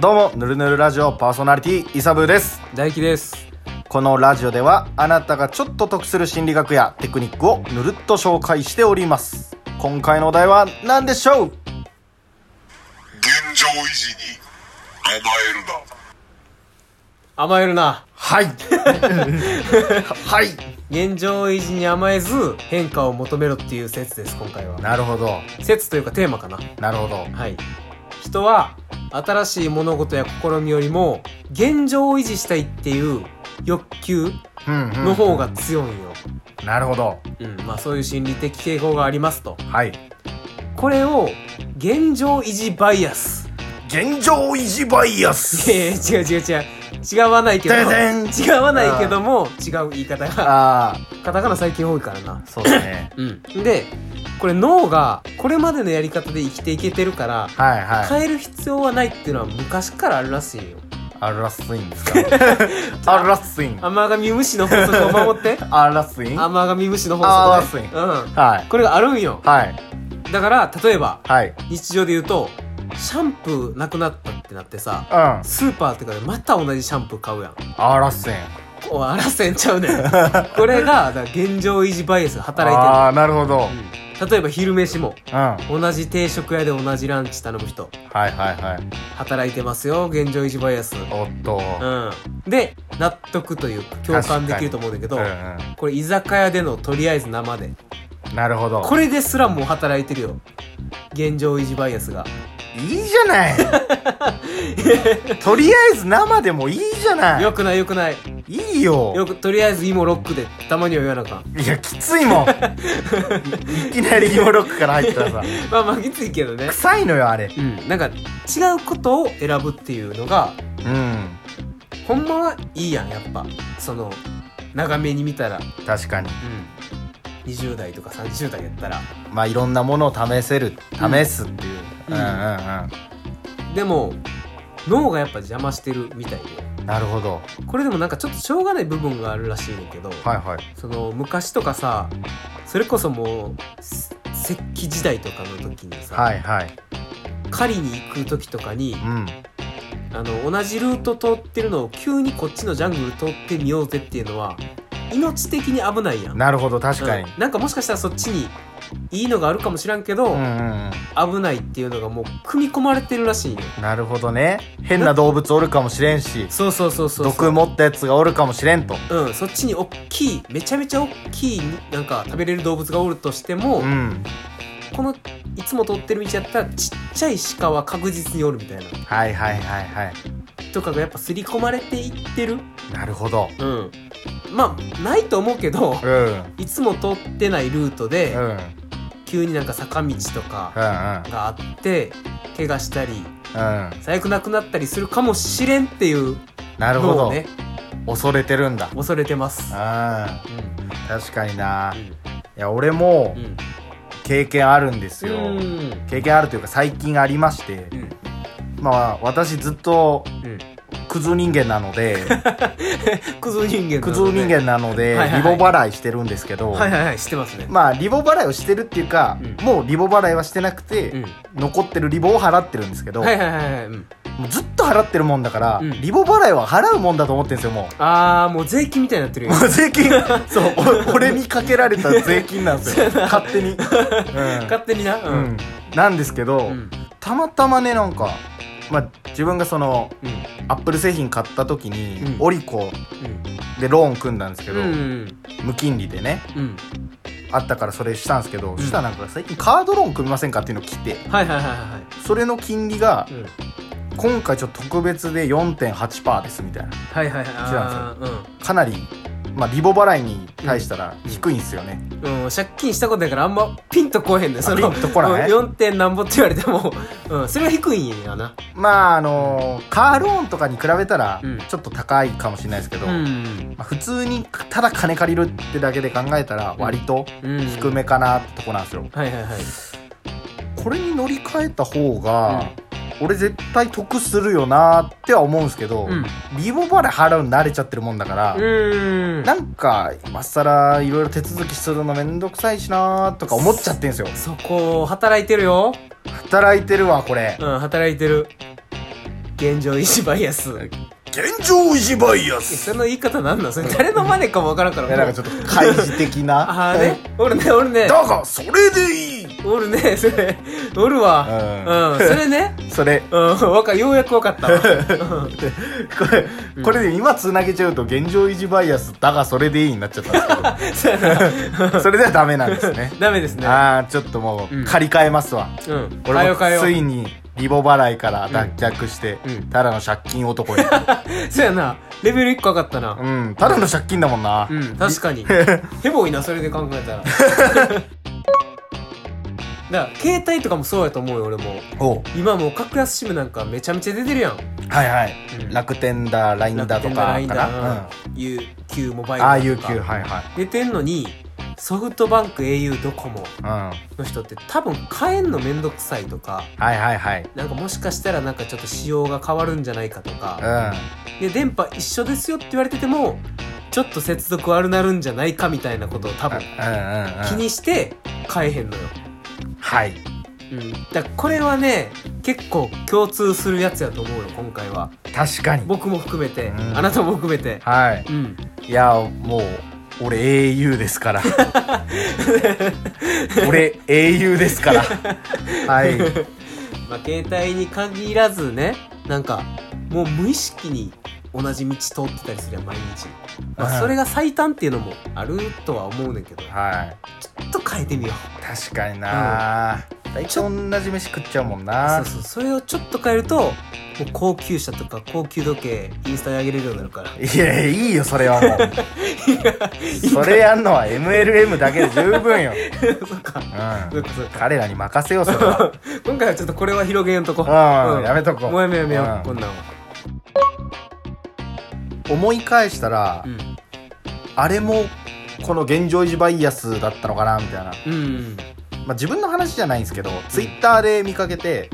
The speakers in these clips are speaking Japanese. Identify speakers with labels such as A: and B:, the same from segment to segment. A: どうもぬるぬるラジオパーソナリティイサブーです
B: 大輝です
A: このラジオではあなたがちょっと得する心理学やテクニックをぬるっと紹介しております今回のお題は何でしょう
C: 現状維持に甘えるな。
B: 甘えるな
A: はい はい
B: 現状維持に甘えず変化を求めろっていう説です今回は
A: なるほど
B: 説というかテーマかな
A: なるほど
B: はい人は新しい物事や試みよりも現状を維持したいっていう欲求
A: うん、
B: の方が強いよ、
A: なるほど
B: うん、まあそういう心理的傾向がありますと
A: はい
B: これを現状維持バイア ス
A: 現状維持バイアス
B: いやいや違う違う違う違わないけど
A: てれん
B: 違わないけども違う言い方が
A: あ
B: カタカナ最近多いからな
A: あそうですね
B: うんでこれ脳がこれまでのやり方で生きていけてるから
A: はいはい
B: 変える必要はないっていうのは昔からあるらしいよ
A: あるらしいんですか あるらしいん
B: 甘神無視の法則を守って
A: あるらしいんは
B: 甘神無視の法
A: あ
B: 則、ね、うん
A: い
B: これがあるんよ
A: はい
B: だから例えば
A: はい
B: 日常で言うとシャンプーなくなったってなってさ
A: うんあ
B: スーパーとかでまた同じシャンプー買うやん
A: るらしいん
B: おあらせんちゃうね んこれがだから現状維持バイアスが働いてる
A: ああなるほど
B: うん例えば昼飯も
A: うんはい
B: 同じ定食屋で同じランチ頼む人
A: はいはい
B: 働いてますよ現状維持バイアス
A: おっと
B: うんで納得というか共感できると思うんだけど、
A: うんう
B: これ居酒屋でのとりあえず生で
A: んなるほど
B: これですらもう働いてるよ現状維持バイアスが
A: いいじゃ ないとりあえず生でもいいじゃない
B: よくないよくない
A: いいよ
B: よくとりあえず芋ロックでたまには言わなあかん
A: いやきつい もんいいきなりヨーロックから入ったらさ
B: まあまあきついけどね
A: 臭いのよあれ
B: うんなんか違うことを選ぶっていうのが
A: うん
B: ほんまはいいやんやっぱその長めに見たら
A: 確かに
B: うん20代とか30代やったら
A: まあいろんなものを試せる試すっていう、う、
B: うんん
A: うんうん
B: でも脳がやっぱ邪魔してるみたいで
A: なるほど
B: これでもなんかちょっとしょうがない部分があるらしいねんだけど、
A: はいはい
B: その昔とかさそれこそもうせ石器時代とかの時にさ、
A: はいはい
B: 狩りに行く時とかに
A: うん
B: あの同じルート通ってるのを急にこっちのジャングル通ってみようぜっていうのは命的に危ないやん
A: なるほど確かに、
B: うんなんかもしかしたらそっちにいいのがあるかもしらんけど、
A: うんうん
B: 危ないっていうのがもう組み込まれてるらしいよ
A: うんなるほどね変な動物おるかもしれんし
B: そうそうそうそうそう
A: 毒持ったやつがおるかもしれんと
B: うんそっちに大きいめちゃめちゃ大きいなんか食べれる動物がおるとしても、
A: うん
B: このいつも通ってる道やったらちっちゃい鹿は確実におるみたいな
A: はいはいはいはい
B: とかがやっぱ刷り込まれていってる
A: なるほど
B: うんまあないと思うけど
A: うんうん
B: いつも通ってないルートで、
A: うんうん
B: 急になんか坂道とかがあって怪我したり
A: うん
B: 最悪なくなったりするかもしれんっていう
A: なるほ
B: の
A: ど、
B: をね
A: 恐れてるんだ
B: 恐れてます
A: うん確かにな
B: うん
A: いや俺も
B: うん
A: 経験あるんですよ
B: うん
A: 経験あるというか最近ありまして
B: うん
A: まあ私ずっと
B: うん
A: クズ人間なの で
B: クズ人間なので
A: クズ人間なので
B: はいはい
A: リ
B: はい
A: ボ払いしてるんですけど
B: はいはいはい知ってますね
A: まあリボ払いをしてるっていうか
B: うん
A: もうリボ払いはしてなくて、
B: うん
A: 残ってるリボを払ってるんですけど、
B: はいはいはいはいうん
A: もうずっと払ってるもんだから、
B: うん
A: リボ払いは払うもんだと思ってるんですよも
B: ああもう税金みたいになってるよ
A: う税 金そうお俺にかけられた税金なんですよ勝手に、
B: 勝手にな
A: うんうんなんですけど、
B: うん
A: たまたまねなんか、まあ、自分がその
B: うん
A: アップル製品買った時に、
B: うん
A: オリコでローン組んだんですけ
B: う
A: ど、
B: ん
A: 無金利でね
B: うん
A: あったからそれしたんですけど、
B: ん
A: そしたらなんか最近カードローン組みませんかっていうの来て
B: はいはいはいは
A: それの金利が
B: いはいうん
A: 今回ちょっと特別で4.8%ですみたいな
B: はいはいはいあー
A: かなり、まあ、リボ払いに対したら低いんですよね、
B: うんうん借金したことやからあんまピンとこうへんねんその
A: ピンとこない
B: 4. 点なんぼって言われてもうんそれは低いんやな
A: まああのーカーローンとかに比べたら
B: うん
A: ちょっと高いかもしれないですけど、
B: うん
A: まあ、普通にただ金借りるってだけで考えたら割と
B: うん
A: 低めかなってとこなんですよ、
B: はいはいはい
A: これに乗り換えた方が、俺絶対得するよなっては思うんですけど、
B: うん
A: リボ払い払うの慣れちゃってるもんだから、
B: うん
A: なんか今更いろいろ手続きするのめんどくさいしなーとか思っちゃってんすよ
B: そこ働いてるよ
A: 働いてるわこれ
B: うん働いてる現状維持バイアス。
A: 現状維持バイア
B: えその言い方なんなんそれ誰の真似かもわからんから。
A: いやなんかちょっと開示的な
B: ああね。おるね、おるね。
A: だがそれでいい
B: おるね、それ。おるわ。
A: うん
B: うん。それね。
A: それ
B: うん。わか、ようやくわかった わ。うん
A: これこれで今つなげちゃうと現状維持バイアスだがそれでいいになっちゃったんです
B: そうやな
A: け どそれではダメなんですね
B: ダメですね。
A: ああちょっとも
B: うん
A: う借り替えますわ、
B: うん。
A: 俺
B: 変えよ
A: も
B: う変えよう
A: ついにリボ払いから脱却して、
B: うんうん
A: ただの借金男に
B: そうやな。レベル1個上がったな。
A: うんただの借金だもんな、
B: うん、確かに。ヘボいな、それで考えたら。だ から、携帯とかもそうやと思うよ、俺も。
A: おう
B: 今もう格安 SIM なんかめちゃめちゃ出てるやん。
A: はいはい、
B: うん
A: 楽天だ LINE だとかか
B: 楽天だ LINE
A: な、
B: だ、UQ モバ
A: う
B: イ
A: ん、ああ
B: ルだとか
A: UQ はいは
B: 出てんのにソフトバンク au ドコモ
A: い、うん、はい
B: の人って多分変えんのめんどくさいとか
A: はいはい
B: なんかもしかしたらなんかちょっと仕様が変わるんじゃないかと
A: う
B: か、
A: ん
B: で電波一緒ですよって言われててもちょっと接続悪なるんじゃないかみたいなことを多分気
A: うんうんうん
B: にして変えへんのよ、
A: はい
B: うん、だからこれはね結構共通するやつやと思うよ今回は
A: 確かに
B: 僕も含めて、
A: うん
B: あなたも含めて
A: はい
B: うん
A: いやもう俺 au ですから 俺 au です からはい
B: まあ、携帯に限らずねなんかもう無意識に同じ道通ってたりするやん毎日、ま
A: う
B: あ、
A: ん
B: それが最短っていうのもあるとは思うねんけどちょ
A: はい
B: っと変えてみよ
A: 確かにな大体同じ飯食っちゃうもん
B: うそ
A: な
B: うそうそれをちょっと変えるともう高級車とか高級時計インスタで上げれるようになるから
A: いやいいよそれは もうそれやんのは MLM だけで十分よ、
B: そっか
A: う
B: そっ
A: ん、
B: かそっか
A: 彼らに任せようそれは
B: 今回はちょっとこれは広げんとこ
A: うんやめとこう
B: もうやめようやめよう、
A: うん
B: こんなんは
A: 思い返したら、
B: うん
A: あれもこの現状維持バイアスだったのかなみたいな、
B: うんうん
A: まあ、自分の話じゃないんですけど、ツイッターで見かけて、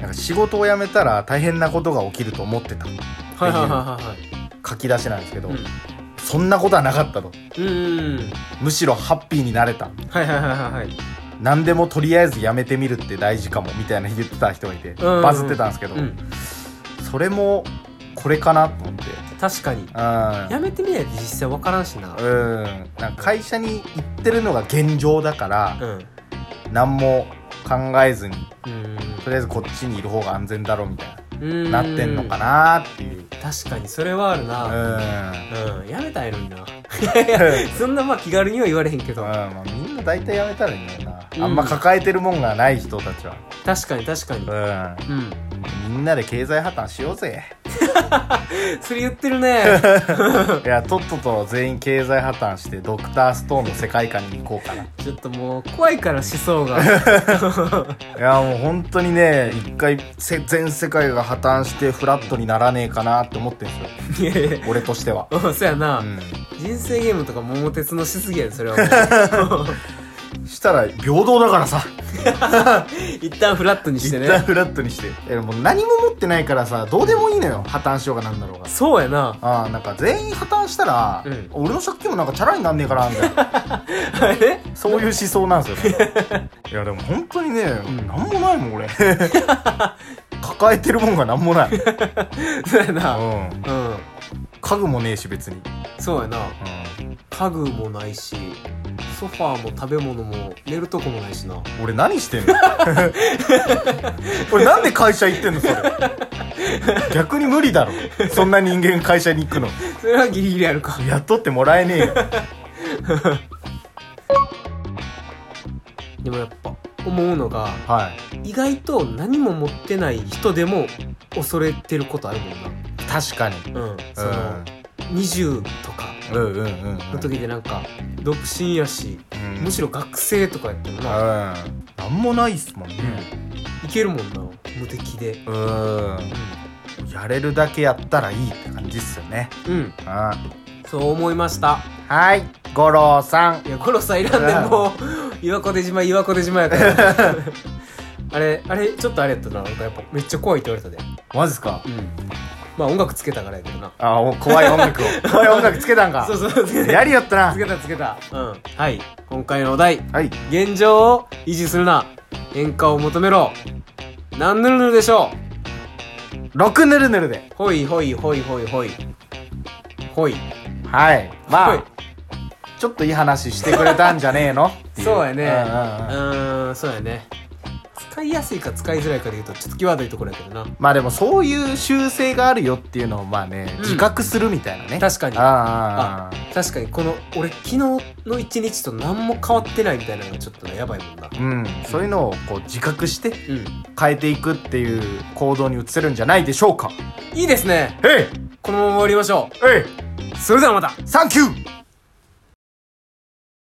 A: なんか仕事を辞めたら大変なことが起きると思ってた
B: はいはいはいはい
A: 書き出しなんですけど、
B: はい
A: そんなことはなかったと
B: うんうんうん
A: むしろハッピーになれた
B: はいはいはいはいはい
A: 何でもとりあえず辞めてみるって大事かもみたいな言ってた人がいて、
B: うんうん
A: バズってたんですけど、
B: うん
A: それもこれかなと思って
B: 確かに
A: うん
B: やめてみないと実際わからんしな。
A: うんなんか会社に行ってるのが現状だから、
B: うん。うん。
A: 何も考えずに
B: うん
A: とりあえずこっちにいる方が安全だろみたい
B: うん
A: ななってんのか。なっていう
B: 確かに、それはある
A: うん、う
B: な。
A: ん
B: うん。やめたらええのにな。いやいやそんなまあ気軽には言われへんけど。
A: まあ、みんな大体やめたらいいんだよな、
B: うん
A: あんま抱えてるもんがない人たちは
B: 確かに確かに。
A: う
B: うん。
A: んみんなで経済破綻しよう ぜ
B: それ言ってるね。
A: いやとっとと全員経済破綻してドクターストーンの世界観に行こうかない
B: ちょっともう怖いから思想が。
A: やもう本当にね一回せ全世界が破綻してフラットにならねえかなって思ってるんですよ
B: いやいや。、
A: 俺としては
B: おそうやな、
A: う
B: 人生ゲームとか桃鉄のしすぎやでそれはもう
A: ん、したら平等だからさ
B: 一旦フラットにし
A: 一
B: てね
A: 旦フラットにしていやもう何も持ってないからさどうでもいいのよ破綻しようがなんだろうが
B: そうやな
A: ああなんか全員破綻したら、
B: うん
A: 俺の借金もなんかチャラになんねえかなみたいな
B: あれ
A: そういう思想なんですよね いやでも本当にね、
B: ん
A: なんもないもん俺 抱えてるもんがなんもない、うん、
B: そうやなうん
A: 家具もねえし別に、
B: そうやな
A: う、
B: 家具もないしソファーも食べ物も寝るとこもないしなん
A: 俺何してんの 俺なんで会社行ってんのそれ逆に無理だろそんな人間会社に行くの
B: それはギリギリあるか
A: 雇ってもらえねえよ
B: でもやっぱ思うのが
A: はい
B: 意外と何も持ってない人でも恐れてることあるもん
A: 確かに
B: なうんその、20とか
A: うんうんうんうん
B: の時でなんか独身やし
A: うん
B: むしろ学生とかやったら
A: うん
B: な、
A: なんもないっすもんね
B: いけるもんな無敵で
A: うんやれるだけやったらいいって感じっすよね
B: うん、うん、
A: うんは
B: そう思いました
A: い五郎さん
B: いや五郎さんいらんでもう岩子出島岩子出島やから あれあれちょっとあれやったななんかやっぱめっちゃ怖いって言われたで
A: マジっすか
B: うんまあ音楽つけたからやけどな
A: あお怖い音楽を 怖い音楽つけたんか
B: そうそうつけ た
A: やりよったな
B: つけたつけたうんはい今回のお題
A: はい
B: 現状を維持するな変化を求めろ何ぬるぬるでしょう
A: 6ぬるぬるで。
B: ほいほいほいほいほい。ほい。
A: はい。ま
B: ほい
A: あ、ちょっといい話してくれたんじゃねえ の
B: そうや
A: う
B: ね。うん
A: うんうん
B: ーん、そうやね。使いやすいか使いづらいかで言うと、ちょっと際どいところやけどな。
A: まあでもそういう習性があるよっていうのをまあね、
B: ん
A: 自覚するみたいなね。
B: 確かに。
A: ああああ
B: 確かに、この、俺、昨日の一日と何も変わってないみたいなのがちょっとね、やばいもんな。
A: うん、そういうのをこう自覚して
B: うん。
A: 変えていくっていう行動に移せるんじゃないでしょうか。
B: いいですね。
A: へい
B: このまま終わりましょ
A: え
B: う。それではまた。
A: いサンキュー